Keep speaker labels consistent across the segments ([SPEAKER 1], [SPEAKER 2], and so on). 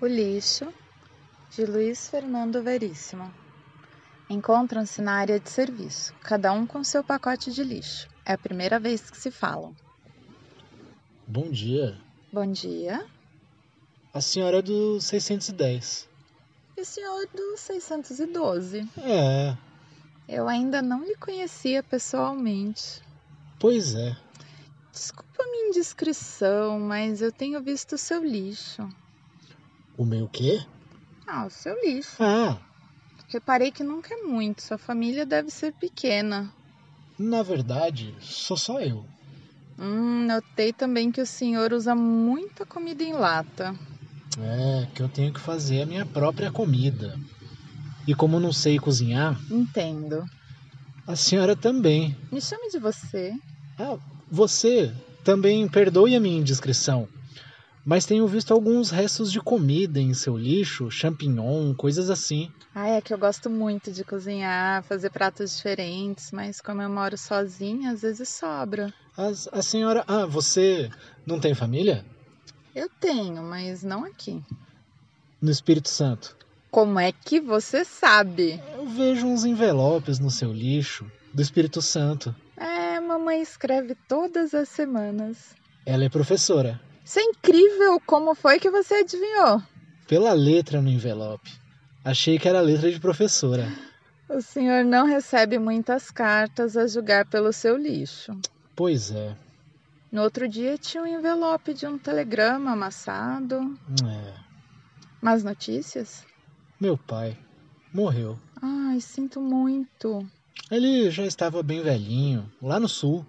[SPEAKER 1] O Lixo, de Luiz Fernando Veríssimo. Encontram-se na área de serviço, cada um com seu pacote de lixo. É a primeira vez que se falam.
[SPEAKER 2] Bom dia.
[SPEAKER 1] Bom dia.
[SPEAKER 2] A senhora é do 610.
[SPEAKER 1] E o senhor do 612?
[SPEAKER 2] É,
[SPEAKER 1] Eu ainda não lhe conhecia pessoalmente.
[SPEAKER 2] pois é.
[SPEAKER 1] Desculpa a minha indiscrição, mas eu tenho visto o seu lixo.
[SPEAKER 2] O meu quê?
[SPEAKER 1] Ah, o seu lixo.
[SPEAKER 2] Ah,
[SPEAKER 1] Reparei que nunca é muito, sua família deve ser pequena.
[SPEAKER 2] na verdade, sou só eu.
[SPEAKER 1] Hum, notei também que o senhor usa muita comida em lata.
[SPEAKER 2] É, que eu tenho que fazer a minha própria comida. E como eu não sei cozinhar,
[SPEAKER 1] Entendo.
[SPEAKER 2] a senhora também.
[SPEAKER 1] Me chame de você.
[SPEAKER 2] Ah, você também perdoe a minha indiscrição. Mas tenho visto alguns restos de comida em seu lixo, champignon, coisas assim.
[SPEAKER 1] Ai, é que eu gosto muito de cozinhar, fazer pratos diferentes, mas como eu moro sozinha, às vezes sobra.
[SPEAKER 2] As- a senhora. Ah, você não tem família?
[SPEAKER 1] Eu tenho, mas não aqui.
[SPEAKER 2] No Espírito Santo?
[SPEAKER 1] Como é que você sabe?
[SPEAKER 2] Eu vejo uns envelopes no seu lixo do Espírito Santo.
[SPEAKER 1] É, mamãe escreve todas as semanas.
[SPEAKER 2] Ela é professora.
[SPEAKER 1] Isso é incrível! Como foi que você adivinhou?
[SPEAKER 2] Pela letra no envelope. Achei que era letra de professora.
[SPEAKER 1] O senhor não recebe muitas cartas a julgar pelo seu lixo.
[SPEAKER 2] Pois é.
[SPEAKER 1] No outro dia tinha um envelope de um telegrama amassado.
[SPEAKER 2] é.
[SPEAKER 1] Mas notícias?
[SPEAKER 2] Meu pai morreu.
[SPEAKER 1] Ai, sinto muito.
[SPEAKER 2] Ele já estava bem velhinho, lá no sul.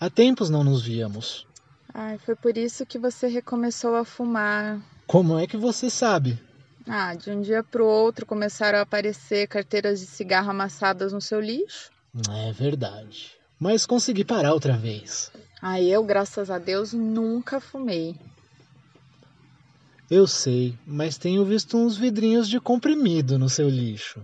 [SPEAKER 2] Há tempos não nos víamos.
[SPEAKER 1] Ai, foi por isso que você recomeçou a fumar.
[SPEAKER 2] Como é que você sabe?
[SPEAKER 1] Ah, de um dia pro outro começaram a aparecer carteiras de cigarro amassadas no seu lixo.
[SPEAKER 2] É verdade. Mas consegui parar outra vez.
[SPEAKER 1] Ai, eu, graças a Deus, nunca fumei.
[SPEAKER 2] Eu sei, mas tenho visto uns vidrinhos de comprimido no seu lixo.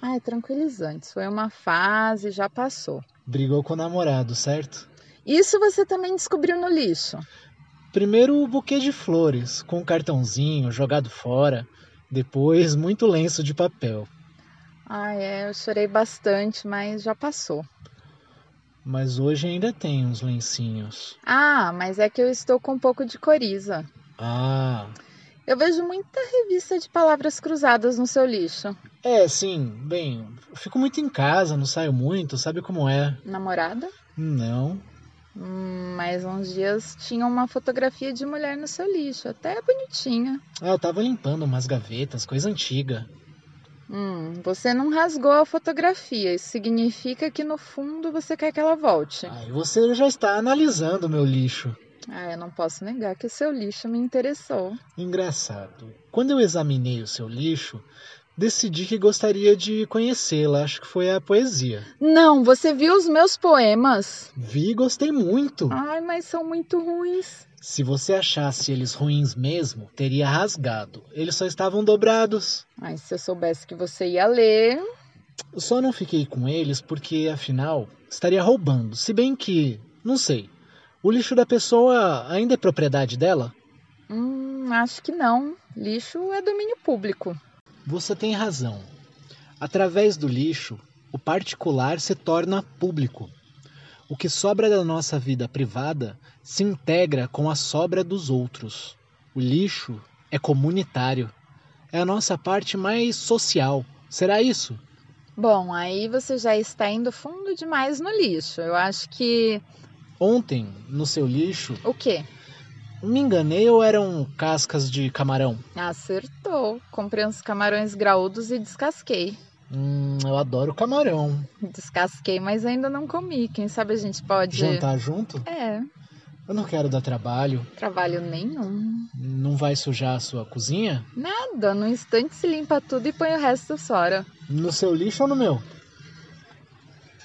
[SPEAKER 1] Ai, tranquilizantes. Foi uma fase, já passou.
[SPEAKER 2] Brigou com o namorado, certo?
[SPEAKER 1] Isso você também descobriu no lixo.
[SPEAKER 2] Primeiro o buquê de flores, com um cartãozinho jogado fora. Depois, muito lenço de papel.
[SPEAKER 1] Ai, é, eu chorei bastante, mas já passou.
[SPEAKER 2] Mas hoje ainda tem uns lencinhos.
[SPEAKER 1] Ah, mas é que eu estou com um pouco de coriza.
[SPEAKER 2] Ah,
[SPEAKER 1] Eu vejo muita revista de palavras cruzadas no seu lixo.
[SPEAKER 2] é, sim. Bem, fico muito em casa, não saio muito, sabe como é?
[SPEAKER 1] Namorada?
[SPEAKER 2] Não.
[SPEAKER 1] Hum, mas uns dias tinha uma fotografia de mulher no seu lixo, até bonitinha.
[SPEAKER 2] Ah, eu tava limpando umas gavetas, coisa antiga.
[SPEAKER 1] Hum, você não rasgou a fotografia, isso significa que no fundo você quer que ela volte.
[SPEAKER 2] Aí você já está analisando meu lixo.
[SPEAKER 1] Ah, eu não posso negar que o seu lixo me interessou.
[SPEAKER 2] Engraçado. Quando eu examinei o seu lixo, decidi que gostaria de conhecê-la. Acho que foi a poesia.
[SPEAKER 1] Não, você viu os meus poemas?
[SPEAKER 2] Vi e gostei muito.
[SPEAKER 1] Ai, mas são muito ruins.
[SPEAKER 2] Se você achasse eles ruins mesmo, teria rasgado. Eles só estavam dobrados.
[SPEAKER 1] Ai, se eu soubesse que você ia ler.
[SPEAKER 2] Eu Só não fiquei com eles porque, afinal, estaria roubando. Se bem que, não sei, o lixo da pessoa ainda é propriedade dela?
[SPEAKER 1] Hum, acho que não. Lixo é domínio público.
[SPEAKER 2] Você tem razão. Através do lixo, o particular se torna público. O que sobra da nossa vida privada se integra com a sobra dos outros. O lixo é comunitário. É a nossa parte mais social. Será isso?
[SPEAKER 1] Bom, aí você já está indo fundo demais no lixo. Eu acho que.
[SPEAKER 2] Ontem, no seu lixo,
[SPEAKER 1] O quê?
[SPEAKER 2] me enganei ou eram cascas de camarão?
[SPEAKER 1] Acertou. Comprei uns camarões graúdos e descasquei.
[SPEAKER 2] Hum, eu adoro camarão.
[SPEAKER 1] Descasquei, mas ainda não comi. Quem sabe a gente pode.
[SPEAKER 2] Jantar junto?
[SPEAKER 1] É,
[SPEAKER 2] Eu não quero dar trabalho.
[SPEAKER 1] trabalho nenhum. Tá um
[SPEAKER 2] Não vai sujar a sua cozinha?
[SPEAKER 1] Nada, no instante se limpa tudo e põe o resto fora.
[SPEAKER 2] No seu lixo ou no meu?